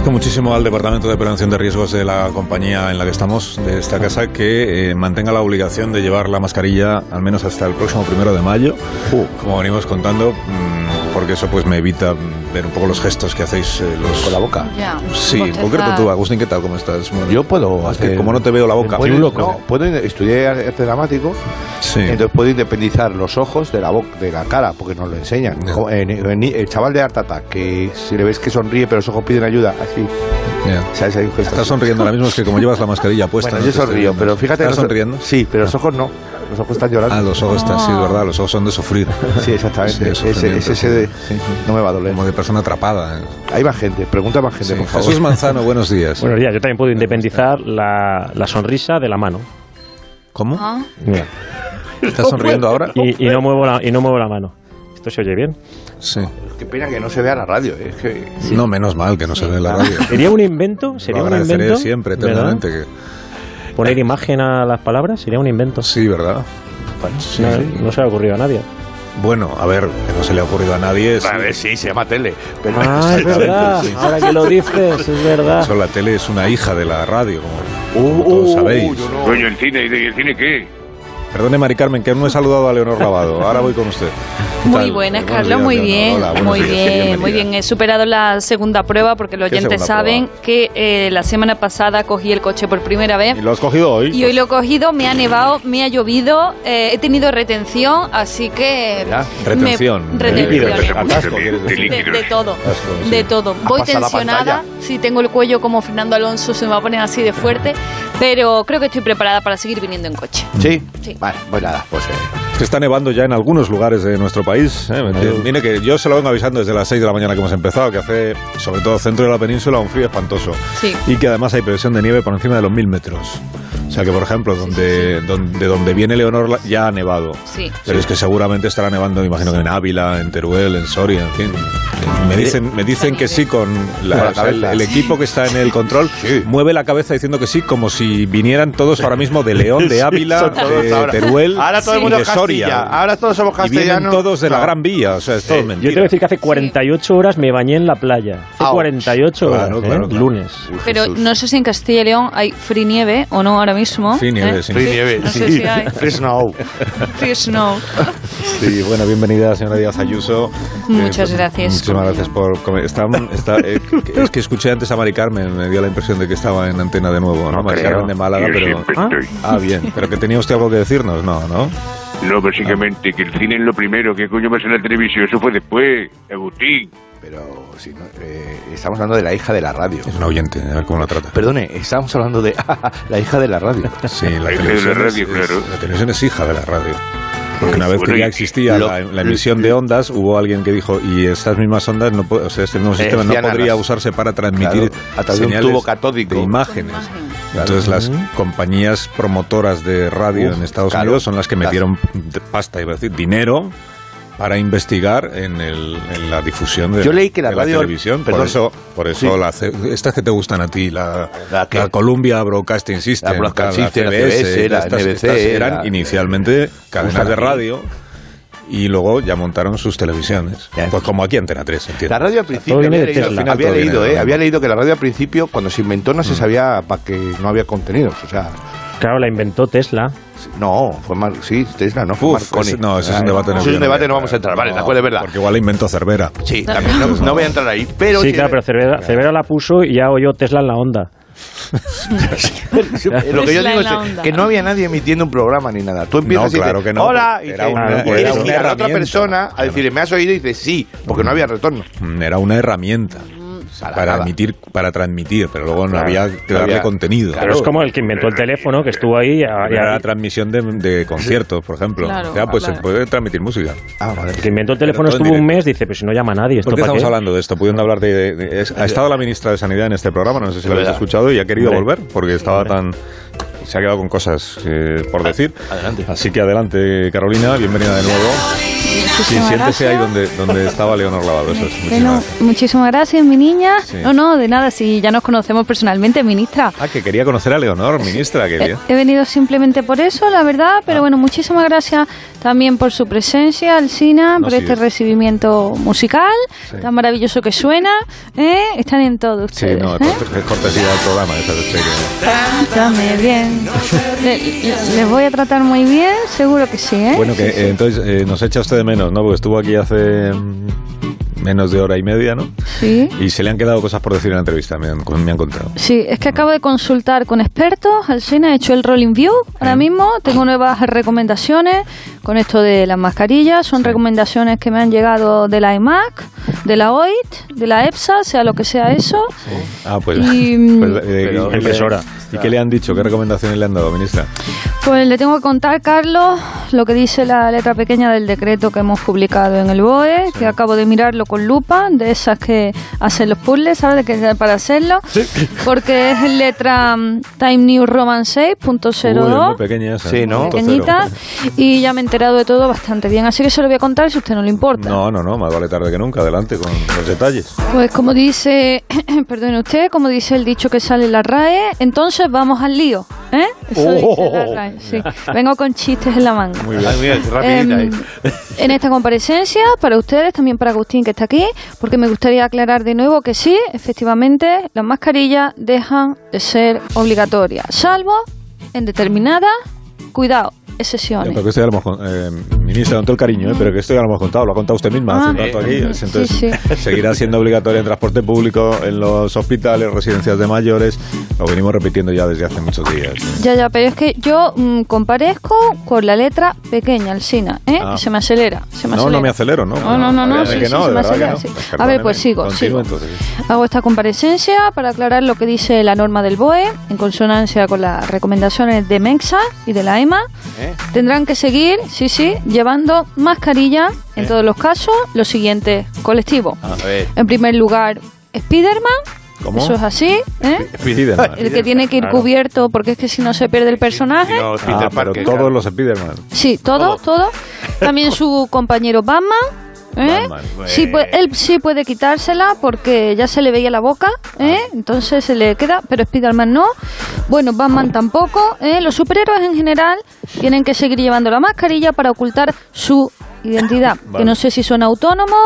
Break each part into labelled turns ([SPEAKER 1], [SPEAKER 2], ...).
[SPEAKER 1] Pues muchísimo al Departamento de Prevención de Riesgos de la compañía en la que estamos, de esta casa, que eh, mantenga la obligación de llevar la mascarilla al menos hasta el próximo primero de mayo, uh. como venimos contando, porque eso pues me evita ver un poco los gestos que hacéis eh, los...
[SPEAKER 2] con la boca.
[SPEAKER 1] Yeah. Sí, en concreto tú, Agustín, ¿qué tal? ¿Cómo estás?
[SPEAKER 2] Bueno, yo pues, puedo hacer...
[SPEAKER 1] Que como no te veo la boca...
[SPEAKER 2] Puedo, ir, no, puedo estudié arte dramático, sí. entonces puedo independizar los ojos de la boca, de la cara, porque nos lo enseñan. No. En, en, el chaval de Art Attack, que si le ves que sonríe pero los ojos piden ayuda, así...
[SPEAKER 1] Yeah. ¿Sabes? Hay un Estás sonriendo ahora mismo, es que como llevas la mascarilla puesta...
[SPEAKER 2] Bueno, yo sonrío, pero fíjate...
[SPEAKER 1] ¿Estás sonriendo?
[SPEAKER 2] Sí, pero los ojos no. Los ojos están llorando.
[SPEAKER 1] Ah, los ojos están, sí, es verdad, los ojos son de sufrir.
[SPEAKER 2] Sí, exactamente. Sí, ese, ese, ese de, sí. No me va a doler.
[SPEAKER 1] Como de persona atrapada. eh.
[SPEAKER 2] Hay más gente, pregunta más gente, sí. por favor.
[SPEAKER 1] Jesús Manzano, buenos días.
[SPEAKER 3] Buenos días, Pues yo también puedo independizar la, la sonrisa de la mano.
[SPEAKER 1] ¿Cómo? ¿Ah? Mira. ¿Estás sonriendo ahora?
[SPEAKER 3] Y, y, no muevo la, y no muevo la mano. ¿Esto se oye bien?
[SPEAKER 1] Sí.
[SPEAKER 2] Qué pena que no se vea la radio. Eh. Es que...
[SPEAKER 1] sí. No, menos mal que no se vea la radio.
[SPEAKER 3] ¿Sería un invento? ¿Sería
[SPEAKER 1] Lo
[SPEAKER 3] un invento?
[SPEAKER 1] siempre, eternamente. Que...
[SPEAKER 3] ¿Poner imagen a las palabras? ¿Sería un invento?
[SPEAKER 1] Sí, ¿verdad?
[SPEAKER 3] Bueno, sí, no, no se le ha ocurrido a nadie.
[SPEAKER 1] Bueno, a ver, que no se le ha ocurrido a nadie.
[SPEAKER 2] A ver, sí, se llama tele.
[SPEAKER 3] Pero ah, es verdad, sí. ahora que lo dices, es verdad.
[SPEAKER 1] Eso, la tele es una hija de la radio, como, uh, como todos sabéis.
[SPEAKER 4] Yo no. Oye, el cine, ¿y el cine qué?
[SPEAKER 1] Perdone, Mari Carmen, que aún no he saludado a Leonor Lavado. Ahora voy con usted.
[SPEAKER 5] Muy buenas, Carlos, muy bien. Hola, muy días, bien, muy bien. He superado la segunda prueba porque los oyentes saben prueba? que eh, la semana pasada cogí el coche por primera vez.
[SPEAKER 1] Y lo has cogido hoy.
[SPEAKER 5] Y hoy lo he cogido, me ha nevado, me ha llovido, eh, he tenido retención, así que.
[SPEAKER 1] ¿Ya? Retención. ¿eh?
[SPEAKER 5] Me, retención.
[SPEAKER 4] De,
[SPEAKER 5] de, de, todo. De todo. Voy tensionada. Si tengo el cuello como Fernando Alonso, se me va a poner así de fuerte. Pero creo que estoy preparada para seguir viniendo en coche.
[SPEAKER 2] Sí. sí. Vale, pues nada, pues. Eh.
[SPEAKER 1] Que está nevando ya en algunos lugares de nuestro país. ¿eh? Mire que yo se lo vengo avisando desde las 6 de la mañana que hemos empezado, que hace, sobre todo centro de la península, un frío espantoso.
[SPEAKER 5] Sí.
[SPEAKER 1] Y que además hay presión de nieve por encima de los mil metros. O sea que, por ejemplo, donde, sí, sí, donde, donde viene Leonor ya ha nevado.
[SPEAKER 5] Sí.
[SPEAKER 1] Pero es que seguramente estará nevando, me imagino que en Ávila, en Teruel, en Soria, en fin. Me dicen, me dicen que sí con la, el, el, equipo que está en el control.
[SPEAKER 2] eh,
[SPEAKER 1] Mueve la cabeza diciendo que sí, como si vinieran todos ahora mismo de León, de Ávila, de ahora. Teruel,
[SPEAKER 2] ahora todo el mundo de Soria. Castilla. Ahora todos somos castellanos. Eh,
[SPEAKER 1] Y vienen todos de la Gran Vía, o sea, es todo mentira.
[SPEAKER 3] Yo tengo que decir que hace 48 horas me bañé en la playa. Hace ah, 48 horas, claro, claro, ¿eh? claro. lunes.
[SPEAKER 5] Uy, Pero no sé si en Castilla y León hay free nieve o no ahora mismo.
[SPEAKER 1] Free nieve, ¿Eh?
[SPEAKER 2] sí. Free nieve,
[SPEAKER 5] no sí. Sé si hay.
[SPEAKER 2] Free snow.
[SPEAKER 5] Free snow.
[SPEAKER 1] Sí, bueno, bienvenida, señora Díaz Ayuso. pues,
[SPEAKER 5] Muchas eh, gracias.
[SPEAKER 1] Muchísimas gracias por comer. Está, está, eh, es que escuché antes a Mari Carmen, me dio la impresión de que estaba en antena de nuevo, ¿no? no Mari Carmen de Málaga,
[SPEAKER 4] Yo
[SPEAKER 1] pero.
[SPEAKER 4] ¿Ah?
[SPEAKER 1] ¿Ah? bien. Pero que tenía usted algo que decirnos, ¿no? ¿No?
[SPEAKER 4] No, básicamente, ah. que el cine es lo primero, que coño más en la televisión, eso fue después, Agustín.
[SPEAKER 2] Pero si no, eh, estamos hablando de la hija de la radio.
[SPEAKER 1] Es un oyente, a ver cómo la trata.
[SPEAKER 2] Perdone, estamos hablando de la hija de la radio.
[SPEAKER 1] Sí, la, la televisión
[SPEAKER 4] de la radio,
[SPEAKER 1] es,
[SPEAKER 4] claro.
[SPEAKER 1] Es, la televisión es hija de la radio. Porque una vez bueno, que ya existía lo, la, la, emisión de ondas, hubo alguien que dijo, y estas mismas ondas, no, o sea, este mismo sistema no podría usarse para transmitir
[SPEAKER 2] claro, a través de un tubo catódico.
[SPEAKER 1] De imágenes. Entonces las compañías promotoras de radio Uf, en Estados claro, Unidos son las que metieron las... pasta, iba a decir, dinero para investigar en, el, en, la difusión de,
[SPEAKER 2] Yo leí que la, radio,
[SPEAKER 1] la televisión. Perdón, por eso, por eso sí. la, estas que te gustan a ti, la, la, la Columbia Broadcasting System,
[SPEAKER 2] la, Broadcasting System, CBS, la,
[SPEAKER 1] estas,
[SPEAKER 2] NBC,
[SPEAKER 1] estas eran inicialmente cadenas de radio y luego ya montaron sus televisiones. Pues como aquí Antena 3, entiendo.
[SPEAKER 2] La radio al principio había leído, final, había, leído, eh, había leído, que la radio al principio, cuando se inventó, no mm. se sabía para que no había contenidos. O sea,
[SPEAKER 3] claro, la inventó Tesla.
[SPEAKER 2] No, fue Mar sí, Tesla, no fue Uf, Marconi.
[SPEAKER 1] Es, no, ese es un debate.
[SPEAKER 2] No, es un debate, no vamos a entrar, vale, de acuerdo, es verdad.
[SPEAKER 1] Porque igual la inventó Cervera.
[SPEAKER 2] Sí, también, no, no, voy a entrar ahí, pero...
[SPEAKER 3] Sí, claro, pero Cervera, Cervera la puso y ya oyó Tesla en la onda.
[SPEAKER 2] lo que yo digo es que no había nadie emitiendo un programa ni nada. Tú empiezas
[SPEAKER 1] no,
[SPEAKER 2] y
[SPEAKER 1] claro
[SPEAKER 2] dices, "Pues,
[SPEAKER 1] que no.
[SPEAKER 2] hola, y, era una, y era una, era a otra persona a decirle, ¿me has oído? Y dices, sí, porque no había retorno. Mm,
[SPEAKER 1] Era una Mm, herramienta. para, para emitir, para transmitir, pero luego no había que
[SPEAKER 2] no
[SPEAKER 1] darle
[SPEAKER 2] había-
[SPEAKER 1] contenido.
[SPEAKER 3] Claro, es como el que inventó el teléfono, que estuvo ahí. a-
[SPEAKER 1] Era
[SPEAKER 3] a-
[SPEAKER 1] la transmisión de, de conciertos, por ejemplo.
[SPEAKER 5] Claro,
[SPEAKER 1] o sea, pues
[SPEAKER 5] claro.
[SPEAKER 1] se puede transmitir música.
[SPEAKER 2] Ah, vale.
[SPEAKER 3] el que inventó el teléfono
[SPEAKER 1] Pero todo en
[SPEAKER 3] estuvo un mes, dice, pues si no llama a nadie. ¿esto
[SPEAKER 1] ¿Por qué
[SPEAKER 3] para
[SPEAKER 1] estamos
[SPEAKER 3] qué?
[SPEAKER 1] hablando de esto? Pudiendo hablar de, de- de- es- Ha estado la ministra de Sanidad en este programa, no sé si lo habéis
[SPEAKER 6] verdad.
[SPEAKER 1] escuchado, y ha querido
[SPEAKER 3] Hombre.
[SPEAKER 1] volver porque estaba tan... Se ha quedado con cosas eh, por decir.
[SPEAKER 6] Adelante.
[SPEAKER 1] Así que adelante, Carolina, bienvenida de nuevo. Sí,
[SPEAKER 7] Muchísimas
[SPEAKER 1] siéntese ahí
[SPEAKER 7] gracias.
[SPEAKER 1] donde, donde estaba Leonor Lavado. Eso es muchísimas
[SPEAKER 7] Bueno,
[SPEAKER 1] gracias.
[SPEAKER 7] muchísimas gracias, mi niña.
[SPEAKER 1] Sí.
[SPEAKER 7] No, no, de nada, si ya nos conocemos personalmente, ministra.
[SPEAKER 1] Ah, que quería conocer a Leonor, ministra, qué
[SPEAKER 7] He,
[SPEAKER 1] bien. Ah.
[SPEAKER 7] he venido simplemente por eso, la verdad, pero bueno, muchísimas gracias también por su presencia, Alcina,
[SPEAKER 1] No,
[SPEAKER 7] por
[SPEAKER 1] sí.
[SPEAKER 7] este recibimiento musical
[SPEAKER 1] Sí.
[SPEAKER 7] tan maravilloso que suena. ¿eh? Están en todo
[SPEAKER 1] Sí,
[SPEAKER 7] ustedes.
[SPEAKER 1] no,
[SPEAKER 7] ¿eh?
[SPEAKER 1] es cortesía del programa. esa de cheque.
[SPEAKER 7] Trátame bien. Le- le- les voy a tratar muy bien, seguro que sí. ¿eh?
[SPEAKER 1] Bueno, que
[SPEAKER 7] Sí, sí.
[SPEAKER 1] eh, entonces eh, nos echa usted de menos, ¿no? Porque estuvo aquí hace mm, menos de hora y media, ¿no?
[SPEAKER 7] Sí.
[SPEAKER 1] Y se le han quedado cosas por decir en la entrevista, me han, me han contado.
[SPEAKER 7] Sí, es que acabo de consultar con expertos. Alcina, he hecho el Rolling View ahora mismo. Tengo nuevas recomendaciones con esto de las mascarillas. Son recomendaciones que me han llegado de la EMAC, de la OIT, de la EPSA, sea lo que sea eso.
[SPEAKER 1] Ah, pues.
[SPEAKER 7] Y- mm,
[SPEAKER 1] pues, eh,
[SPEAKER 6] Pero-
[SPEAKER 1] ¿y qué le-
[SPEAKER 6] impresora.
[SPEAKER 1] ¿Y qué le han dicho? ¿Qué recomendaciones le han dado, ministra?
[SPEAKER 7] Pues le tengo que contar, Carlos, lo que dice la letra pequeña del decreto que hemos publicado en el BOE, que acabo de mirarlo con lupa, de esas que hacen los puzzles, ¿sabes? De que para hacerlo. Porque es letra mm, Time New Roman
[SPEAKER 1] Uy, es muy
[SPEAKER 7] 6.02.
[SPEAKER 1] pequeña esa. ¿eh?
[SPEAKER 2] Sí, ¿no?
[SPEAKER 1] Punto
[SPEAKER 7] pequeñita
[SPEAKER 1] cero.
[SPEAKER 7] y ya me he enterado de todo bastante bien, así que se lo voy a contar si a usted no le importa.
[SPEAKER 1] No, no, no, más vale tarde que nunca. Adelante con los detalles.
[SPEAKER 7] Pues como dice, perdone usted, como dice el dicho que sale en la RAE, entonces vamos al lío, ¿eh? Eso dice la RAE, sí. Vengo con chistes en la manga.
[SPEAKER 1] Oh. Ah, Muy bien. ¿eh?
[SPEAKER 2] rapidita,
[SPEAKER 7] Em, en esta comparecencia, para ustedes, también para Agustín que está aquí, porque me gustaría aclarar de nuevo que sí, efectivamente, las mascarillas dejan de ser obligatorias, salvo en determinadas, cuidado, excepciones.
[SPEAKER 1] Pero que esto ya lo hemos con- eh, ministra, con todo el cariño, ¿eh? pero que esto ya lo hemos contado, lo ha contado usted misma
[SPEAKER 7] Ah.
[SPEAKER 1] hace un rato aquí.
[SPEAKER 7] Eh,
[SPEAKER 1] Entonces,
[SPEAKER 7] sí, sí.
[SPEAKER 1] seguirá siendo obligatorio en transporte público, en los hospitales, residencias de mayores. Lo venimos repitiendo ya desde hace muchos días. ¿eh?
[SPEAKER 7] Ya, ya, pero es que yo mm, comparezco con la letra pequeña, Alcina, ¿eh?
[SPEAKER 1] Ah.
[SPEAKER 7] Se me acelera, se me
[SPEAKER 1] No,
[SPEAKER 7] acelera.
[SPEAKER 1] no me acelero, ¿no?
[SPEAKER 7] No, no, no, no,
[SPEAKER 1] de verdad
[SPEAKER 7] sí,
[SPEAKER 1] que
[SPEAKER 7] sí, se
[SPEAKER 1] de
[SPEAKER 7] me
[SPEAKER 1] verdad que
[SPEAKER 7] acelera,
[SPEAKER 1] no.
[SPEAKER 7] sí.
[SPEAKER 1] Pues
[SPEAKER 7] A ver, pues
[SPEAKER 1] perdóneme.
[SPEAKER 7] sigo,
[SPEAKER 1] Continúe,
[SPEAKER 7] sigo.
[SPEAKER 1] entonces.
[SPEAKER 7] Hago esta comparecencia para aclarar lo que dice la norma del BOE, en consonancia con las recomendaciones de MEXA y de la EMA.
[SPEAKER 1] ¿Eh?
[SPEAKER 7] Tendrán que seguir, sí, sí, llevando mascarilla, en
[SPEAKER 1] ¿Eh?
[SPEAKER 7] todos los casos, los siguientes colectivos.
[SPEAKER 6] A ver.
[SPEAKER 7] En primer lugar, Spiderman.
[SPEAKER 1] ¿Cómo?
[SPEAKER 7] Eso es así, ¿eh?
[SPEAKER 1] Spiderman.
[SPEAKER 7] El que tiene que ir
[SPEAKER 2] Claro.
[SPEAKER 7] cubierto, porque es que si no se pierde el personaje.
[SPEAKER 2] No, Peter
[SPEAKER 1] Ah, pero
[SPEAKER 2] Parker,
[SPEAKER 1] todos
[SPEAKER 2] claro.
[SPEAKER 1] los Spiderman.
[SPEAKER 7] Sí, todo, todo. También su compañero Batman. ¿eh?
[SPEAKER 1] Batman,
[SPEAKER 7] sí, pues, él sí puede quitársela porque ya se le veía la boca, ¿eh?
[SPEAKER 1] Ah.
[SPEAKER 7] entonces se le queda, pero Spiderman no. Bueno, Batman tampoco. ¿eh? Los superhéroes en general tienen que seguir llevando la mascarilla para ocultar su identidad.
[SPEAKER 1] Vale.
[SPEAKER 7] Que no sé si son autónomos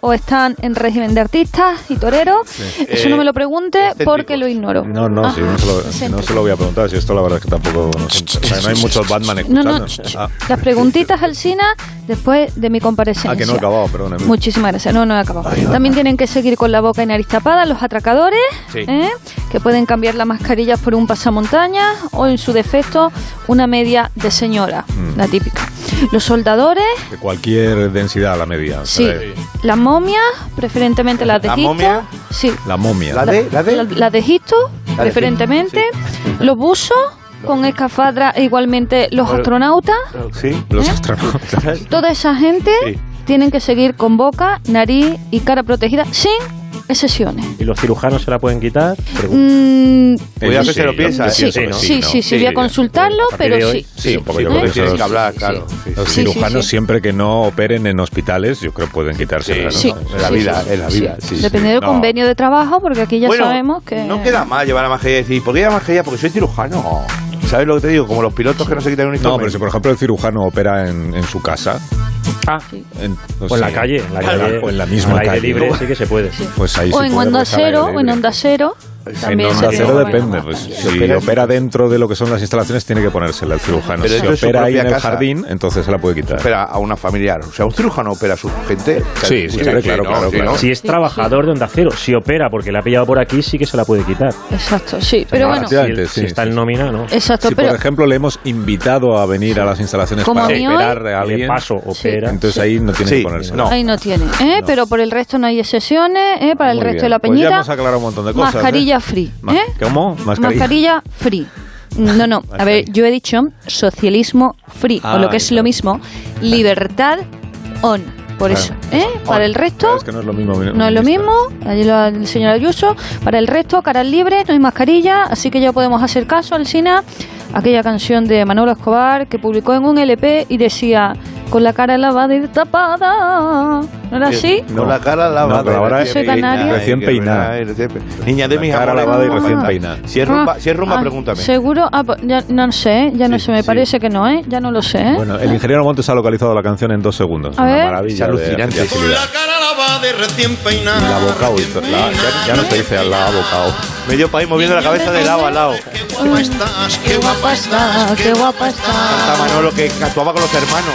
[SPEAKER 7] o están en régimen de artistas y toreros. Eso no me lo pregunte porque lo ignoro.
[SPEAKER 1] Eh,
[SPEAKER 7] Ah,
[SPEAKER 1] No, no,
[SPEAKER 7] Ajá,
[SPEAKER 1] sí, no se, lo, no
[SPEAKER 7] excéntricos.
[SPEAKER 1] se lo voy a preguntar. Si esto la verdad es que tampoco. no sé. O sea, no hay muchos Batman
[SPEAKER 7] No, no,
[SPEAKER 1] escuchando.
[SPEAKER 7] ch-
[SPEAKER 1] Ah,
[SPEAKER 7] ch- las preguntitas al Sina después de mi comparecencia.
[SPEAKER 1] ah, que no he acabado, perdóname.
[SPEAKER 7] Muchísimas gracias. No, no he acabado. También tienen que seguir con la boca y nariz tapada los atracadores, ¿eh? que pueden cambiar las mascarillas por un pasamontañas o, en su defecto, una media de señora, la típica. Los soldadores,
[SPEAKER 1] De cualquier densidad a la media. o
[SPEAKER 7] sí.
[SPEAKER 1] sea,
[SPEAKER 7] Las momias, preferentemente las de
[SPEAKER 2] ¿La
[SPEAKER 7] Egipto.
[SPEAKER 2] momia?
[SPEAKER 7] Sí.
[SPEAKER 1] La momia.
[SPEAKER 2] ¿La de? ¿La
[SPEAKER 7] La-
[SPEAKER 2] de?
[SPEAKER 7] Las de Egipto,
[SPEAKER 2] de
[SPEAKER 7] preferentemente. Los buzos, con escafadra, e igualmente los astronautas.
[SPEAKER 2] Sí.
[SPEAKER 1] Los astronautas.
[SPEAKER 7] Toda esa gente
[SPEAKER 2] Sí.
[SPEAKER 7] tienen que seguir con boca, nariz y cara protegida sin excesiones.
[SPEAKER 3] ¿Y los cirujanos se la pueden quitar? Pregunta.
[SPEAKER 7] Mm,
[SPEAKER 2] Cuidado que se lo piensa,
[SPEAKER 7] sí,
[SPEAKER 1] pienso
[SPEAKER 7] sí,
[SPEAKER 1] que
[SPEAKER 7] sí,
[SPEAKER 1] ¿no?
[SPEAKER 7] sí, voy a consultarlo,
[SPEAKER 3] a partir de
[SPEAKER 7] pero
[SPEAKER 3] hoy,
[SPEAKER 7] sí.
[SPEAKER 1] Sí, un poco
[SPEAKER 2] Sí,
[SPEAKER 1] yo
[SPEAKER 2] porque
[SPEAKER 1] creo que
[SPEAKER 2] tienes
[SPEAKER 1] los,
[SPEAKER 2] que hablar,
[SPEAKER 7] sí,
[SPEAKER 2] claro.
[SPEAKER 7] sí.
[SPEAKER 2] Sí,
[SPEAKER 1] los
[SPEAKER 2] sí.
[SPEAKER 7] sí,
[SPEAKER 1] cirujanos
[SPEAKER 7] sí.
[SPEAKER 1] siempre que no operen en hospitales, yo creo que pueden quitarse. ¿no?
[SPEAKER 7] Sí.
[SPEAKER 2] En la vida, en la vida. sí, sí.
[SPEAKER 7] Depende del
[SPEAKER 1] No.
[SPEAKER 7] convenio de trabajo, porque aquí ya
[SPEAKER 2] Bueno,
[SPEAKER 7] sabemos que...
[SPEAKER 2] No queda mal llevar la mascarilla y decir, ¿por qué la mascarilla? Porque soy cirujano. ¿Sabes lo que te digo? Como los pilotos que no se quitan el uniforme.
[SPEAKER 1] No, pero si por ejemplo el cirujano opera en, en su casa,
[SPEAKER 3] Ah,
[SPEAKER 1] en, o
[SPEAKER 3] o en la
[SPEAKER 1] sea,
[SPEAKER 3] calle. En la
[SPEAKER 1] claro,
[SPEAKER 3] calle
[SPEAKER 1] o en la misma
[SPEAKER 3] al aire
[SPEAKER 1] calle,
[SPEAKER 3] libre
[SPEAKER 1] ¿no?
[SPEAKER 3] sí que se puede.
[SPEAKER 1] pues ahí
[SPEAKER 7] o
[SPEAKER 1] sí
[SPEAKER 7] en
[SPEAKER 1] puede,
[SPEAKER 7] onda
[SPEAKER 1] pues, al aire
[SPEAKER 7] cero, o en
[SPEAKER 1] libre.
[SPEAKER 7] onda cero,
[SPEAKER 1] También en cero depende. Pues, si opera, dentro de lo que son las instalaciones, tiene que ponérsela el cirujano.
[SPEAKER 2] Pero
[SPEAKER 1] si
[SPEAKER 2] esto es su
[SPEAKER 1] opera ahí en
[SPEAKER 2] propia
[SPEAKER 1] el
[SPEAKER 2] casa.
[SPEAKER 1] jardín, entonces se la puede quitar.
[SPEAKER 2] Opera a una familiar. O sea, un cirujano opera a su gente.
[SPEAKER 1] Sí, sí, claro, claro,
[SPEAKER 2] ¿no?
[SPEAKER 1] claro,
[SPEAKER 2] Sí,
[SPEAKER 1] claro.
[SPEAKER 2] ¿no?
[SPEAKER 3] Si es
[SPEAKER 7] Sí,
[SPEAKER 3] trabajador de Onda Cero, si opera porque la ha pillado por aquí, sí que se la puede quitar.
[SPEAKER 7] Exacto, sí. Pero bueno,
[SPEAKER 3] Si, el-
[SPEAKER 1] Antes,
[SPEAKER 3] si
[SPEAKER 1] sí,
[SPEAKER 3] está
[SPEAKER 1] sí,
[SPEAKER 3] en
[SPEAKER 1] sí.
[SPEAKER 3] nómina, no.
[SPEAKER 7] exacto,
[SPEAKER 1] Si, por
[SPEAKER 7] pero
[SPEAKER 1] ejemplo, le hemos invitado a venir a las instalaciones
[SPEAKER 7] Como
[SPEAKER 1] para
[SPEAKER 7] a mí
[SPEAKER 1] operar a
[SPEAKER 3] Le
[SPEAKER 1] alguien,
[SPEAKER 3] paso, opera.
[SPEAKER 1] entonces ahí no tiene
[SPEAKER 2] Sí,
[SPEAKER 1] que ponerse.
[SPEAKER 2] no.
[SPEAKER 7] ahí no tiene. ¿eh? Pero por el resto no hay excepciones, ¿eh? para el
[SPEAKER 1] Muy
[SPEAKER 7] resto
[SPEAKER 1] bien.
[SPEAKER 7] de la
[SPEAKER 1] Pues ya
[SPEAKER 7] peñita.
[SPEAKER 1] hemos aclarado un montón de cosas. ¿eh?
[SPEAKER 7] mascarilla free.
[SPEAKER 1] Ma-
[SPEAKER 7] ¿eh?
[SPEAKER 1] ¿Cómo? Mascarilla.
[SPEAKER 7] Mascarilla free. Mm, No, no. A ver, yo he dicho socialismo free,
[SPEAKER 1] Ah,
[SPEAKER 7] o lo que es
[SPEAKER 1] claro.
[SPEAKER 7] lo mismo, libertad on. Por
[SPEAKER 1] Claro,
[SPEAKER 7] eso, ¿eh? Para el resto,
[SPEAKER 1] Claro, es que no es lo mismo.
[SPEAKER 7] no es lo mismo. Allí lo, el señor Ayuso. Para el resto, caras libres, no hay mascarilla, así que ya podemos hacer caso al SINA. Aquella canción de Manolo Escobar que publicó en un LP y decía: Con la cara lavada y tapada. ¿No era así?
[SPEAKER 2] No, la cara lavada.
[SPEAKER 1] No, pero ahora
[SPEAKER 7] Yo soy canaria.
[SPEAKER 1] Recién peinada.
[SPEAKER 2] Niña de
[SPEAKER 1] La
[SPEAKER 2] mis
[SPEAKER 1] cara
[SPEAKER 2] amores.
[SPEAKER 1] lavada y
[SPEAKER 2] mamá.
[SPEAKER 1] recién peinada.
[SPEAKER 2] Si es rumba, si es rumba
[SPEAKER 7] Ah,
[SPEAKER 2] pregúntame.
[SPEAKER 7] ¿Seguro? Ah, pues ya no sé, ¿eh? ya no
[SPEAKER 2] Sí,
[SPEAKER 7] sé, me
[SPEAKER 2] sí.
[SPEAKER 7] parece que no, ¿eh? Ya no lo sé, ¿eh?
[SPEAKER 1] Bueno, el ingeniero Montes ha localizado la canción en dos segundos.
[SPEAKER 7] A
[SPEAKER 1] Una
[SPEAKER 7] ver.
[SPEAKER 1] maravilla.
[SPEAKER 2] Es
[SPEAKER 1] de-
[SPEAKER 2] alucinante.
[SPEAKER 1] de agilidad.
[SPEAKER 6] cara lavada y recién
[SPEAKER 1] Y
[SPEAKER 6] peinada.
[SPEAKER 1] la bocao. y to- la- ya, ya no se dice la bocao.
[SPEAKER 2] Medio país moviendo la cabeza de lado a lado.
[SPEAKER 6] Qué guapa estás, qué guapa estás,
[SPEAKER 7] qué guapa estás.
[SPEAKER 2] Está Manolo que actuaba con los hermanos.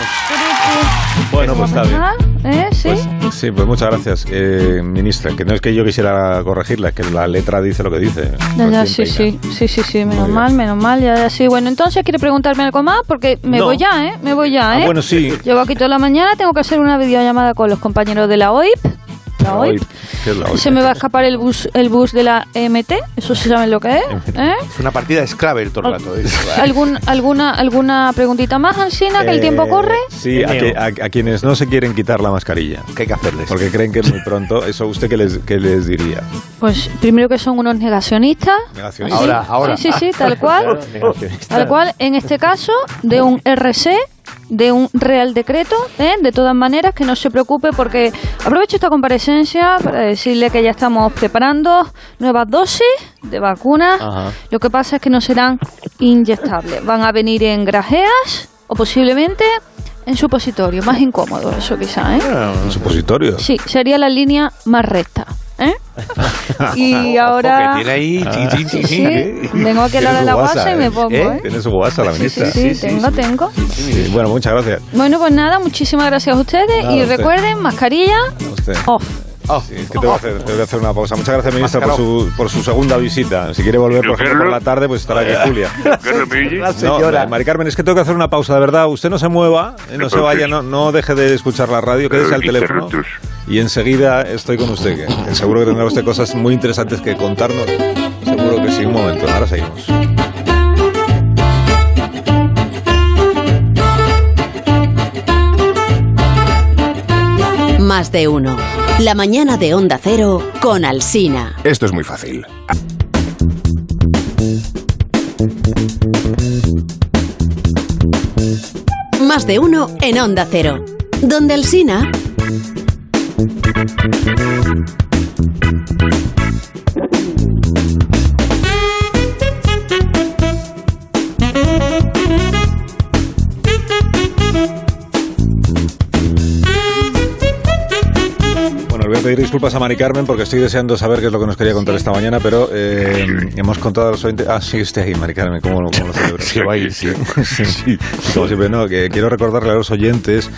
[SPEAKER 1] Bueno, pues está bien.
[SPEAKER 7] Ah, ¿Eh? ¿Sí?
[SPEAKER 1] Pues, sí, pues muchas gracias, eh, ministra. Que no es que yo quisiera corregirla, es que la letra dice lo que dice.
[SPEAKER 7] Ya, ya, sí,
[SPEAKER 1] Recién
[SPEAKER 7] sí, sí, sí, sí, menos
[SPEAKER 1] bien.
[SPEAKER 7] mal, menos mal, ya, ya, sí. Bueno, entonces, ¿quiere preguntarme algo más? Porque me
[SPEAKER 1] No.
[SPEAKER 7] voy ya, ¿eh? Me voy ya,
[SPEAKER 1] peinada.
[SPEAKER 7] ¿eh?
[SPEAKER 1] Ah, bueno, sí.
[SPEAKER 7] Llevo aquí toda la mañana, tengo que hacer una videollamada con los compañeros de la OIP. La OIP.
[SPEAKER 1] ¿Qué es la
[SPEAKER 7] Se
[SPEAKER 1] OIP?
[SPEAKER 7] me va a escapar el bus, el bus de la MT, eso sí saben lo que es, ¿eh?
[SPEAKER 2] Es una partida de Scrabble todo el rato. dice.
[SPEAKER 7] ¿Algún, alguna, ¿Alguna preguntita más, Alcina, que el tiempo
[SPEAKER 1] Eh,
[SPEAKER 7] corre?
[SPEAKER 1] Sí, a, que- a- a quienes no se quieren quitar la mascarilla.
[SPEAKER 2] ¿Qué hay que hacerles?
[SPEAKER 1] Porque creen que es muy pronto. ¿Eso usted qué les, qué les diría?
[SPEAKER 7] Pues primero que son unos negacionistas.
[SPEAKER 1] Negacionistas.
[SPEAKER 2] Ahora,
[SPEAKER 7] sí,
[SPEAKER 2] ahora.
[SPEAKER 7] Sí, sí, sí, tal cual. Tal cual, en este caso, de un RC, de un Real Decreto, ¿eh? de todas maneras, que no se preocupe porque aprovecho esta comparecencia para decirle que ya estamos preparando nuevas dosis de vacunas.
[SPEAKER 1] Ajá.
[SPEAKER 7] Lo que pasa es que no serán inyectables, van a venir en grajeas o posiblemente en supositorio, más incómodo eso quizá, ¿eh?
[SPEAKER 1] Un supositorio.
[SPEAKER 7] Sí, sería la línea más recta, ¿eh? Y ahora...
[SPEAKER 2] Ojo, que tiene
[SPEAKER 1] Ah.
[SPEAKER 2] ahí. chin, chin,
[SPEAKER 7] Sí,
[SPEAKER 2] chin,
[SPEAKER 7] sí,
[SPEAKER 2] ¿eh?
[SPEAKER 7] tengo que hablar a
[SPEAKER 1] Tiene
[SPEAKER 7] la
[SPEAKER 1] su
[SPEAKER 7] guasa y
[SPEAKER 1] WhatsApp,
[SPEAKER 7] me pongo,
[SPEAKER 2] ¿eh?
[SPEAKER 7] ¿eh?
[SPEAKER 1] Tiene su WhatsApp la
[SPEAKER 7] Sí, sí,
[SPEAKER 1] ministra.
[SPEAKER 7] sí, tengo, tengo.
[SPEAKER 1] Sí, Bueno, muchas gracias.
[SPEAKER 7] Bueno, pues nada, muchísimas gracias a ustedes
[SPEAKER 1] Nada,
[SPEAKER 7] y
[SPEAKER 1] usted.
[SPEAKER 7] recuerden, mascarilla
[SPEAKER 1] A usted.
[SPEAKER 7] off.
[SPEAKER 2] Ah.
[SPEAKER 1] Sí, es que te voy, a hacer, te voy a hacer una pausa. Muchas gracias, ministra, por
[SPEAKER 2] Mascaró.
[SPEAKER 1] su, por su segunda visita. Si quiere volver, por
[SPEAKER 4] Yo,
[SPEAKER 1] ejemplo, por la
[SPEAKER 4] Carlos.
[SPEAKER 1] tarde, pues estará aquí Julia.
[SPEAKER 4] Carlos, ¿me oyes?
[SPEAKER 2] La
[SPEAKER 1] No,
[SPEAKER 2] señora.
[SPEAKER 1] eh, Mari Carmen, es que tengo que hacer una pausa, de verdad. Usted no se mueva, eh, no se vaya, no, no deje de escuchar la radio, quédese al
[SPEAKER 4] Pero
[SPEAKER 1] teléfono.
[SPEAKER 4] interruptus.
[SPEAKER 1] Y enseguida estoy con usted, que- que seguro que tendrá usted cosas muy interesantes que contarnos. Seguro que sí, un momento. Ahora seguimos.
[SPEAKER 8] Más de uno. La mañana de Onda Cero con Alsina.
[SPEAKER 9] Esto es muy fácil.
[SPEAKER 8] Más de uno en Onda Cero. Donde Alsina.
[SPEAKER 1] Bueno, le voy a pedir disculpas a Mari Carmen porque estoy deseando saber qué es lo que nos quería contar esta mañana, pero eh, hemos contado a los oyentes. Ah, sí, usted ahí, Mari Carmen, ¿cómo, lo- cómo lo celebro?
[SPEAKER 2] Sí, va ahí, sí.
[SPEAKER 1] Sí, sí. Como siempre, no, que quiero recordarle a los oyentes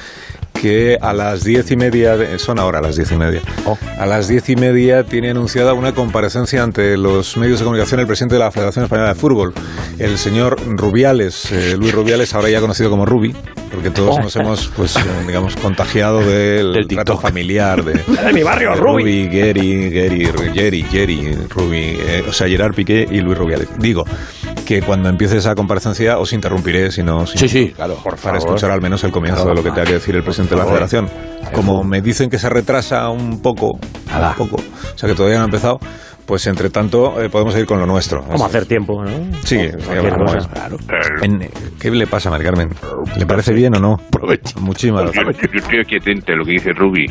[SPEAKER 1] que a las diez y media, de- son ahora las diez y media,
[SPEAKER 3] Oh.
[SPEAKER 1] a las diez y media tiene anunciada una comparecencia ante los medios de comunicación el presidente de la Federación Española de Fútbol, el señor Rubiales, eh, Luis Rubiales, ahora ya conocido como Rubi, porque
[SPEAKER 3] Oh.
[SPEAKER 1] todos nos hemos, pues, eh, digamos, contagiado del,
[SPEAKER 2] Del
[SPEAKER 1] trato
[SPEAKER 2] TikTok.
[SPEAKER 1] familiar de,
[SPEAKER 3] De mi barrio,
[SPEAKER 1] de
[SPEAKER 3] Rubi.
[SPEAKER 1] Rubi, Gary, Gary, Ru- Jerry, Jerry, Rubi, eh, o sea, Gerard Piqué y Luis Rubiales. Digo que cuando empiece esa comparecencia os interrumpiré, si no, si
[SPEAKER 2] Sí,
[SPEAKER 1] no-
[SPEAKER 2] sí, claro, por
[SPEAKER 1] para
[SPEAKER 2] favor.
[SPEAKER 1] escuchar al menos el comienzo de lo que tenga que decir el presidente de la
[SPEAKER 2] favor.
[SPEAKER 1] Federación. Como me dicen que se retrasa un poco, un poco, o sea que todavía no ha empezado, pues entre tanto eh, podemos ir con lo nuestro.
[SPEAKER 3] Vamos a hacer tiempo, ¿no?
[SPEAKER 1] Sí,
[SPEAKER 3] Como
[SPEAKER 1] sí,
[SPEAKER 3] cualquier
[SPEAKER 1] vamos a
[SPEAKER 3] cosa.
[SPEAKER 1] ver. En- ¿Qué le pasa, Mari Carmen? ¿Le parece bien o no? Muchísimas
[SPEAKER 4] Yo,
[SPEAKER 1] gracias.
[SPEAKER 4] yo- yo estoy aquí atenta a lo que dice Ruby.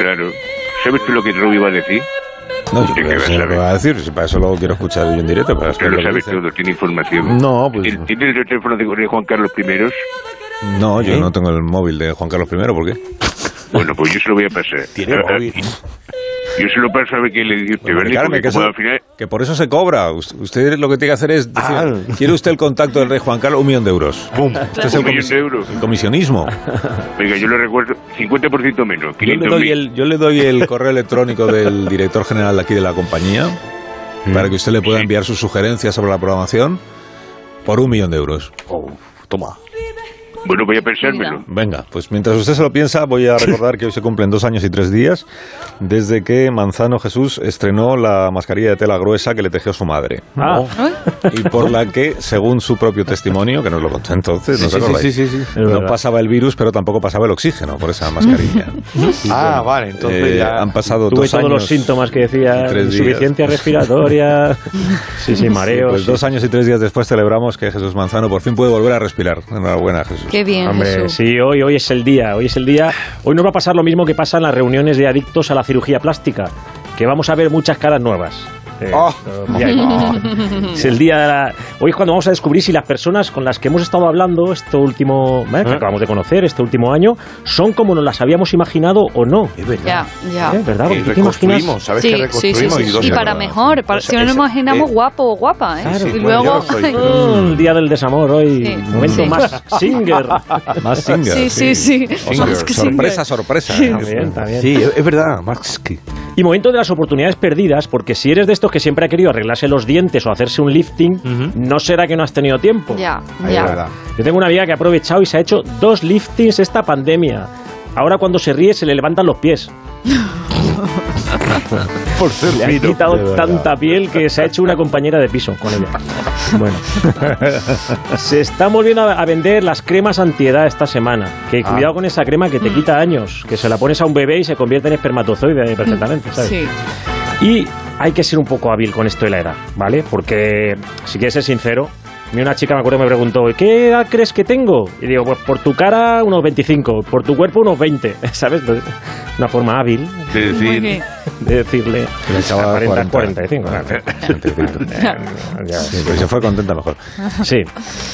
[SPEAKER 4] Claro. ¿Sabes tú lo que Ruby va a decir?
[SPEAKER 1] No, yo
[SPEAKER 4] ¿Qué
[SPEAKER 1] creo que
[SPEAKER 4] vas
[SPEAKER 1] sé
[SPEAKER 4] a
[SPEAKER 1] lo que
[SPEAKER 4] ver?
[SPEAKER 1] va a decir, si para eso luego quiero escuchar yo en directo. Pero es que
[SPEAKER 4] Pero
[SPEAKER 1] lo
[SPEAKER 4] lo
[SPEAKER 1] que
[SPEAKER 4] sabes
[SPEAKER 1] dice-
[SPEAKER 4] todo, tiene información.
[SPEAKER 1] No, pues
[SPEAKER 4] ¿Tien- ¿Tiene el teléfono de de Juan Carlos I?
[SPEAKER 1] no,
[SPEAKER 2] ¿Eh?
[SPEAKER 1] yo no tengo el móvil de Juan Carlos I, ¿por qué?
[SPEAKER 4] Bueno, pues yo se lo voy a pasar.
[SPEAKER 2] Tiene
[SPEAKER 4] Ah, ah,
[SPEAKER 2] móvil.
[SPEAKER 4] Yo se lo paso a ver qué le dice usted,
[SPEAKER 1] Hombre,
[SPEAKER 4] ¿verdad?
[SPEAKER 1] Carmen, que,
[SPEAKER 4] Porque como
[SPEAKER 1] eso-
[SPEAKER 4] al final- Ah.
[SPEAKER 1] que por eso se cobra. Us- Usted lo que tiene que hacer es decir, ¿quiere usted el contacto del rey Juan Carlos? Un millón de euros. ¡Bum! Este es el
[SPEAKER 4] Un millón
[SPEAKER 1] comis-
[SPEAKER 4] de euros.
[SPEAKER 1] el comisionismo.
[SPEAKER 4] Venga, yo lo recuerdo 50% menos,
[SPEAKER 1] Yo le,
[SPEAKER 4] 500
[SPEAKER 1] doy el, yo le doy el correo electrónico del director general de aquí de la compañía
[SPEAKER 4] Mm.
[SPEAKER 1] para que usted le pueda enviar sus sugerencias sobre la programación por un millón de euros.
[SPEAKER 4] Oh,
[SPEAKER 1] toma.
[SPEAKER 4] Bueno, voy a pensármelo.
[SPEAKER 1] Venga, pues mientras usted se lo piensa, voy a recordar que hoy se cumplen dos años y tres días desde que Manzano Jesús estrenó la mascarilla de tela gruesa que le tejió su madre.
[SPEAKER 3] Ah.
[SPEAKER 1] Y por la que, según su propio testimonio, que nos lo contó entonces,
[SPEAKER 2] Sí,
[SPEAKER 1] ¿no os
[SPEAKER 2] sí,
[SPEAKER 1] acordáis?
[SPEAKER 2] sí, sí, sí. Es
[SPEAKER 1] no
[SPEAKER 2] verdad.
[SPEAKER 1] pasaba el virus, pero tampoco pasaba el oxígeno por esa mascarilla.
[SPEAKER 2] Ah, vale, entonces
[SPEAKER 1] Eh,
[SPEAKER 2] ya.
[SPEAKER 1] Han pasado
[SPEAKER 3] Tuve
[SPEAKER 1] dos
[SPEAKER 3] todos
[SPEAKER 1] años.
[SPEAKER 3] los síntomas que decía,
[SPEAKER 1] y tres días.
[SPEAKER 3] insuficiencia respiratoria, sí, sí, mareos.
[SPEAKER 1] Pues
[SPEAKER 3] sí.
[SPEAKER 1] dos años y tres días después celebramos que Jesús Manzano por fin puede volver a respirar. Enhorabuena, Jesús.
[SPEAKER 5] Qué bien,
[SPEAKER 3] Hombre,
[SPEAKER 5] Jesús.
[SPEAKER 3] sí, hoy, hoy es el día, hoy es el día. Hoy nos va a pasar lo mismo que pasa en las reuniones de adictos a la cirugía plástica, que vamos a ver muchas caras nuevas. Eh,
[SPEAKER 2] Oh.
[SPEAKER 3] ya hay- es el día de la- Hoy es cuando vamos a descubrir si las personas con las que hemos estado hablando este último... ¿eh? que acabamos de conocer este último año, son como nos las habíamos imaginado o no.
[SPEAKER 2] Es verdad.
[SPEAKER 5] Ya, ya.
[SPEAKER 3] ¿Eh? ¿Verdad?
[SPEAKER 2] Que
[SPEAKER 3] Porque tú te imaginas-
[SPEAKER 2] reconstruimos, ¿sabes?
[SPEAKER 5] Sí,
[SPEAKER 2] que
[SPEAKER 5] sí, sí,
[SPEAKER 2] reconstruimos
[SPEAKER 5] sí.
[SPEAKER 2] dos
[SPEAKER 5] Y
[SPEAKER 2] ya
[SPEAKER 5] para
[SPEAKER 2] no-
[SPEAKER 5] mejor, para-
[SPEAKER 2] o sea,
[SPEAKER 5] si no nos
[SPEAKER 2] esa-
[SPEAKER 5] imaginamos
[SPEAKER 2] eh,
[SPEAKER 5] guapo o guapa, ¿eh?
[SPEAKER 2] Claro,
[SPEAKER 5] y
[SPEAKER 1] pues
[SPEAKER 2] bueno, yo
[SPEAKER 5] luego...
[SPEAKER 2] lo soy.
[SPEAKER 3] Mm, día del desamor hoy.
[SPEAKER 5] Sí.
[SPEAKER 3] Momento
[SPEAKER 5] Sí.
[SPEAKER 3] más Singer.
[SPEAKER 1] Más Singer.
[SPEAKER 5] sí, sí, sí.
[SPEAKER 1] Singer.
[SPEAKER 5] Más que
[SPEAKER 1] sorpresa,
[SPEAKER 5] Singer.
[SPEAKER 1] sorpresa.
[SPEAKER 3] También, también.
[SPEAKER 2] Sí, es es verdad, Max. que-
[SPEAKER 3] Y momento de las oportunidades perdidas, porque si eres de estos que siempre ha querido arreglarse los dientes o hacerse un lifting, no será que no has tenido tiempo.
[SPEAKER 5] Ya,
[SPEAKER 2] Ahí es
[SPEAKER 5] ya.
[SPEAKER 2] verdad.
[SPEAKER 3] Yo tengo una amiga que ha aprovechado y se ha hecho dos liftings esta pandemia. Ahora cuando se ríe se le levantan los pies.
[SPEAKER 2] Por ser
[SPEAKER 3] Le ha
[SPEAKER 2] fino. De
[SPEAKER 3] quitado
[SPEAKER 2] verdad.
[SPEAKER 3] tanta piel que se ha hecho una compañera de piso con ella. Bueno, se están volviendo a a vender las cremas antiedad esta semana. Que
[SPEAKER 2] Ah.
[SPEAKER 3] cuidado con esa crema
[SPEAKER 5] Mm.
[SPEAKER 3] que te quita años, que se la pones a un bebé y se convierte en espermatozoide perfectamente, ¿sabes?
[SPEAKER 5] Mm. Sí.
[SPEAKER 3] Y hay que ser un poco hábil con esto de la edad, ¿vale? Porque, si quieres ser sincero, a mí una chica me acuerdo me preguntó, ¿qué edad crees que tengo? Y digo, pues por tu cara unos 25, por tu cuerpo unos 20, ¿sabes? Entonces, una forma hábil
[SPEAKER 5] Muy
[SPEAKER 2] De decir,
[SPEAKER 5] bien.
[SPEAKER 3] de decirle
[SPEAKER 2] La chava de
[SPEAKER 3] 40,
[SPEAKER 2] 40.
[SPEAKER 3] 45. Ya,
[SPEAKER 1] Sí, pero se fue contenta mejor.
[SPEAKER 5] Ah.
[SPEAKER 3] Sí,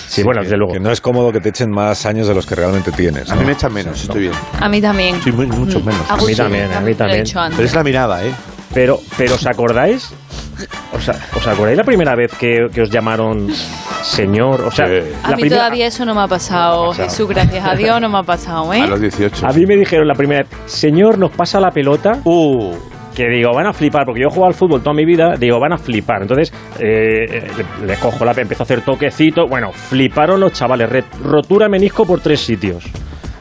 [SPEAKER 3] sí, bueno, desde luego.
[SPEAKER 1] Que no es cómodo que te echen más años de los que realmente tienes.
[SPEAKER 2] a
[SPEAKER 1] ¿no?
[SPEAKER 2] mí me echan menos, estoy bien.
[SPEAKER 5] A mí también. Mm.
[SPEAKER 2] Sí, muy- mucho menos.
[SPEAKER 5] A Gucci,
[SPEAKER 3] también, a mí
[SPEAKER 5] lo he
[SPEAKER 3] también.
[SPEAKER 5] dicho antes.
[SPEAKER 2] Pero es la mirada, ¿eh?
[SPEAKER 3] Pero, pero ¿os acordáis? O sea, ¿Os acordáis la primera vez que, que os llamaron señor? O sea,
[SPEAKER 2] Sí.
[SPEAKER 5] A
[SPEAKER 3] la
[SPEAKER 5] mí
[SPEAKER 3] primera-
[SPEAKER 5] todavía eso no me ha pasado, Jesús, gracias a Dios no me ha pasado,
[SPEAKER 2] A
[SPEAKER 5] ¿eh?
[SPEAKER 2] los 18.
[SPEAKER 3] A mí me dijeron la primera vez, señor, nos pasa la pelota.
[SPEAKER 2] Uh,
[SPEAKER 3] Que digo, van a flipar, porque yo he jugado al fútbol toda mi vida, digo, van a flipar. Entonces, eh, eh, le, le cojo la pe- empiezo a hacer toquecito. Bueno, fliparon los chavales, re- rotura menisco por tres sitios.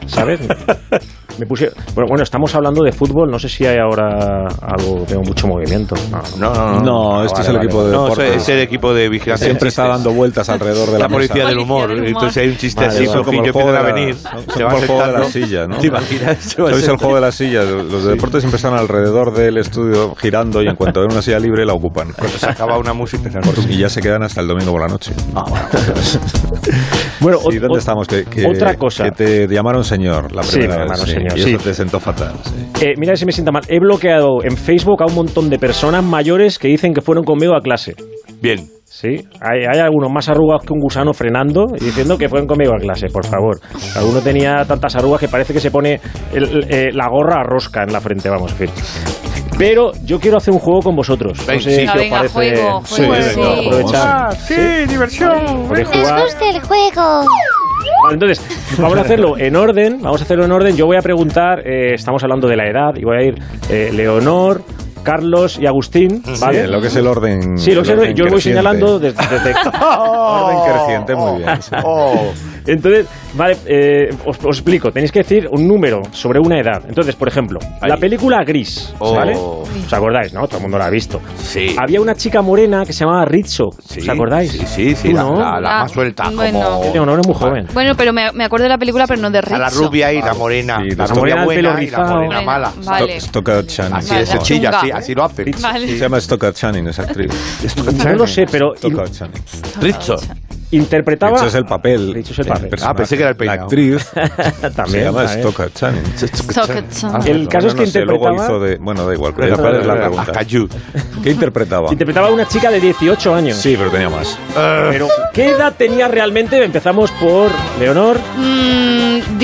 [SPEAKER 3] ¿Sabes? Me puse. Bueno, bueno, estamos hablando de fútbol, no sé si hay ahora algo, tengo mucho movimiento. No,
[SPEAKER 2] no, no, no.
[SPEAKER 1] No, este es el equipo de
[SPEAKER 2] No,
[SPEAKER 1] deportes.
[SPEAKER 2] soy- es el equipo de vigilancia.
[SPEAKER 1] Siempre está dando vueltas alrededor de la,
[SPEAKER 2] la policía
[SPEAKER 1] mesa.
[SPEAKER 2] del humor.
[SPEAKER 5] Policía del humor.
[SPEAKER 2] Entonces hay un chiste
[SPEAKER 1] Vale,
[SPEAKER 2] así,
[SPEAKER 1] son como el
[SPEAKER 2] flojillo,
[SPEAKER 1] juego
[SPEAKER 2] empiezan a
[SPEAKER 1] de la-
[SPEAKER 2] venir.
[SPEAKER 1] son- son
[SPEAKER 2] se van
[SPEAKER 1] como el juego de la
[SPEAKER 2] sentando.
[SPEAKER 1] silla, ¿no?
[SPEAKER 2] ¿Te imaginas? Se
[SPEAKER 1] Sois
[SPEAKER 2] van
[SPEAKER 1] el
[SPEAKER 2] sentando.
[SPEAKER 1] juego de las sillas. Los de deportes siempre están alrededor del estudio girando y en cuanto ven una silla libre la ocupan.
[SPEAKER 2] Cuando se acaba una música.
[SPEAKER 1] Y ya se quedan hasta el domingo por la noche.
[SPEAKER 3] Bueno,
[SPEAKER 1] ¿Y
[SPEAKER 3] ot-
[SPEAKER 1] dónde
[SPEAKER 3] ot-
[SPEAKER 1] estamos? Que, que-
[SPEAKER 3] otra cosa.
[SPEAKER 1] Que te llamaron señor la
[SPEAKER 3] Sí,
[SPEAKER 1] primera
[SPEAKER 3] me
[SPEAKER 1] vez,
[SPEAKER 3] llamaron señor,
[SPEAKER 1] Y eso
[SPEAKER 3] sí.
[SPEAKER 1] te sentó fatal. sí.
[SPEAKER 3] Eh, mira si me sienta mal. He bloqueado en Facebook a un montón de personas mayores que dicen que fueron conmigo a clase.
[SPEAKER 2] Bien.
[SPEAKER 3] Sí, hay, hay algunos más arrugados que un gusano frenando y diciendo que fueron conmigo a clase, por favor. Alguno tenía tantas arrugas que parece que se pone el- eh, la gorra a rosca en la frente, vamos, en fin. Pero yo quiero hacer un juego con vosotros. No
[SPEAKER 2] Venga,
[SPEAKER 3] sé
[SPEAKER 2] sí.
[SPEAKER 3] si os
[SPEAKER 5] Venga,
[SPEAKER 3] parece-
[SPEAKER 5] juego,
[SPEAKER 1] Sí,
[SPEAKER 5] juego,
[SPEAKER 1] venga,
[SPEAKER 5] sí.
[SPEAKER 1] vamos.
[SPEAKER 3] Aprovechar. Podéis jugar.
[SPEAKER 9] el juego.
[SPEAKER 3] Vale, entonces, vamos a hacerlo en orden. Vamos a hacerlo en orden. Yo voy a preguntar, eh, estamos hablando de la edad, y voy a ir eh, Leonor, Carlos y Agustín, ¿vale?
[SPEAKER 1] Sí, lo que es el orden.
[SPEAKER 3] Sí, lo que
[SPEAKER 1] el orden
[SPEAKER 3] yo voy
[SPEAKER 1] creciente.
[SPEAKER 3] señalando desde... desde-
[SPEAKER 5] Oh.
[SPEAKER 1] Orden creciente, muy bien. sí.
[SPEAKER 2] Oh.
[SPEAKER 3] Entonces, vale, eh, os, os explico. Tenéis que decir un número sobre una edad. Entonces, por ejemplo, la película Gris,
[SPEAKER 2] Oh.
[SPEAKER 3] ¿vale? ¿Os acordáis, no? Todo el mundo la ha visto.
[SPEAKER 2] Sí.
[SPEAKER 3] Había una chica morena que se llamaba Rizzo. ¿Os acordáis?
[SPEAKER 2] Sí, sí, sí.
[SPEAKER 3] ¿Tú
[SPEAKER 2] La,
[SPEAKER 3] no?
[SPEAKER 2] la- la
[SPEAKER 5] Ah,
[SPEAKER 2] más suelta.
[SPEAKER 5] bueno.
[SPEAKER 2] Como...
[SPEAKER 3] Leonor es muy joven.
[SPEAKER 5] Bueno, pero me, me acuerdo de la película, pero no de
[SPEAKER 2] A
[SPEAKER 5] Rizzo.
[SPEAKER 2] la rubia y la morena.
[SPEAKER 1] Sí,
[SPEAKER 2] la
[SPEAKER 1] la
[SPEAKER 3] morena,
[SPEAKER 2] rubia
[SPEAKER 3] el
[SPEAKER 2] buena
[SPEAKER 3] pelo
[SPEAKER 2] y la
[SPEAKER 3] rizado.
[SPEAKER 2] morena
[SPEAKER 5] Bueno,
[SPEAKER 2] mala.
[SPEAKER 5] Vale.
[SPEAKER 1] Stoka Channing.
[SPEAKER 2] Así
[SPEAKER 5] Vale.
[SPEAKER 2] es, se chilla,
[SPEAKER 5] Chunga.
[SPEAKER 2] así, así lo hace.
[SPEAKER 5] Vale.
[SPEAKER 1] Se llama Stoka Channing, esa actriz.
[SPEAKER 3] No lo sé, pero
[SPEAKER 1] Stoka Channing.
[SPEAKER 3] Rizzo. interpretaba.
[SPEAKER 1] De hecho, es el papel. Eh,
[SPEAKER 3] De hecho, es el papel.
[SPEAKER 2] Ah, pensé que era el
[SPEAKER 1] La
[SPEAKER 2] peinado.
[SPEAKER 1] actriz se
[SPEAKER 3] también.
[SPEAKER 1] llama
[SPEAKER 3] ¿sabes?
[SPEAKER 1] Stoker Channing.
[SPEAKER 3] El caso es que
[SPEAKER 1] no sé, luego
[SPEAKER 3] interpretaba-
[SPEAKER 1] hizo de... Bueno, da igual.
[SPEAKER 2] Pero
[SPEAKER 1] ya cuál es la
[SPEAKER 2] la-
[SPEAKER 1] pregunta.
[SPEAKER 2] Acayú.
[SPEAKER 1] ¿Qué interpretaba?
[SPEAKER 3] Interpretaba a una chica de 18 años.
[SPEAKER 1] Sí, pero tenía más.
[SPEAKER 3] Pero, ¿qué edad tenía realmente? Empezamos por Leonor.
[SPEAKER 5] Mm,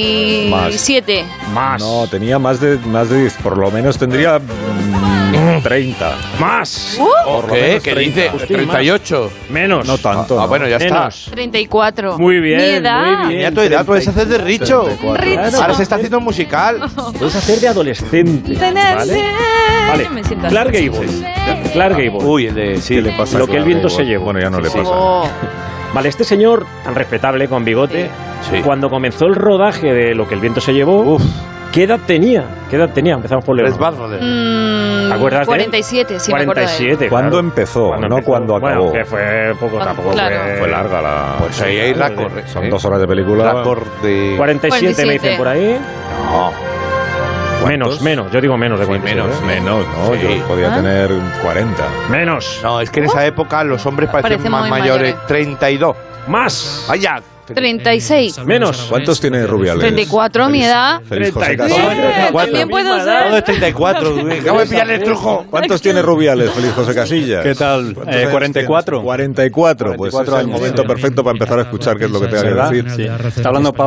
[SPEAKER 5] 17.
[SPEAKER 3] Más.
[SPEAKER 1] No, tenía más de, más de 10. Por lo menos tendría mm, 30.
[SPEAKER 3] Más.
[SPEAKER 5] Uh.
[SPEAKER 1] Por lo
[SPEAKER 2] ¿Qué?
[SPEAKER 1] menos
[SPEAKER 2] ¿Qué
[SPEAKER 1] 30.
[SPEAKER 2] dice?
[SPEAKER 3] Hostia,
[SPEAKER 2] 38.
[SPEAKER 3] Menos.
[SPEAKER 1] No tanto.
[SPEAKER 2] Ah,
[SPEAKER 1] ¿no?
[SPEAKER 2] bueno, ya está.
[SPEAKER 3] Menos.
[SPEAKER 5] 34.
[SPEAKER 3] Muy bien.
[SPEAKER 5] Mi edad.
[SPEAKER 3] Muy bien.
[SPEAKER 2] Tenía tu edad, puedes hacer de Richo.
[SPEAKER 1] 34.
[SPEAKER 5] Richo.
[SPEAKER 2] Ahora se está haciendo un musical.
[SPEAKER 3] Puedes hacer de adolescente. ¿Vale? Vale.
[SPEAKER 5] Ah, Me siento
[SPEAKER 3] Clark
[SPEAKER 5] así.
[SPEAKER 3] Gable. Clark Gable.
[SPEAKER 2] Ah, Uy, el de. Sí,
[SPEAKER 1] ¿Qué le pasa
[SPEAKER 3] Lo
[SPEAKER 1] a
[SPEAKER 3] que el
[SPEAKER 1] Clark
[SPEAKER 3] viento se
[SPEAKER 1] Gable?
[SPEAKER 3] llevó.
[SPEAKER 1] Bueno, ya no le pasa.
[SPEAKER 5] Oh,
[SPEAKER 3] Vale, este señor tan respetable con bigote,
[SPEAKER 2] Sí.
[SPEAKER 3] cuando comenzó el rodaje de Lo que el viento se llevó, ¿qué edad tenía? ¿Qué edad tenía? Empezamos por Leonor.
[SPEAKER 2] Tres Barroder.
[SPEAKER 5] mm,
[SPEAKER 3] ¿Te acuerdas de él?
[SPEAKER 5] 47, sí, me acuerdo de él.
[SPEAKER 3] 47.
[SPEAKER 1] ¿Cuándo
[SPEAKER 3] claro.
[SPEAKER 1] empezó?
[SPEAKER 3] Cuando
[SPEAKER 1] no
[SPEAKER 3] empezó.
[SPEAKER 1] cuando acabó.
[SPEAKER 3] Bueno, que fue poco,
[SPEAKER 5] Cuando-
[SPEAKER 3] tampoco
[SPEAKER 5] claro.
[SPEAKER 3] fue...
[SPEAKER 1] Fue larga la...
[SPEAKER 2] Pues ahí hay Racor.
[SPEAKER 1] Son
[SPEAKER 2] ¿eh?
[SPEAKER 1] dos horas de película.
[SPEAKER 2] Racor de.
[SPEAKER 3] 47 me
[SPEAKER 5] 47.
[SPEAKER 3] dicen por ahí.
[SPEAKER 2] No.
[SPEAKER 3] Menos, menos. Yo digo menos de 47.
[SPEAKER 2] menos,
[SPEAKER 3] ¿eh?
[SPEAKER 1] Menos, ¿no?
[SPEAKER 2] Sí.
[SPEAKER 1] Yo podía
[SPEAKER 5] ¿Ah?
[SPEAKER 1] tener 40.
[SPEAKER 3] Menos.
[SPEAKER 2] No, es que en esa época los hombres parecían
[SPEAKER 5] Parecen
[SPEAKER 2] más
[SPEAKER 5] muy
[SPEAKER 2] mayores.
[SPEAKER 5] mayores.
[SPEAKER 2] 32.
[SPEAKER 3] Más.
[SPEAKER 2] Vaya.
[SPEAKER 5] 36.
[SPEAKER 3] Menos.
[SPEAKER 1] ¿Cuántos tiene Rubiales?
[SPEAKER 5] 34, mi edad.
[SPEAKER 1] Feliz José
[SPEAKER 3] 34.
[SPEAKER 1] Casilla.
[SPEAKER 5] Bien, también puedo
[SPEAKER 2] Todo
[SPEAKER 5] ser.
[SPEAKER 2] es 34. güey. Acabo de pillar el trujo.
[SPEAKER 1] ¿Cuántos tiene Rubiales, Feliz José Casillas?
[SPEAKER 9] ¿Qué tal?
[SPEAKER 1] ¿Cuántos
[SPEAKER 9] Eh,
[SPEAKER 1] años
[SPEAKER 9] 44.
[SPEAKER 1] tienes? 44, pues
[SPEAKER 9] 44
[SPEAKER 1] es el
[SPEAKER 9] años.
[SPEAKER 1] momento perfecto para empezar a escuchar qué es lo que te que
[SPEAKER 9] ¿Verdad?
[SPEAKER 1] decir.
[SPEAKER 9] Sí. Está hablando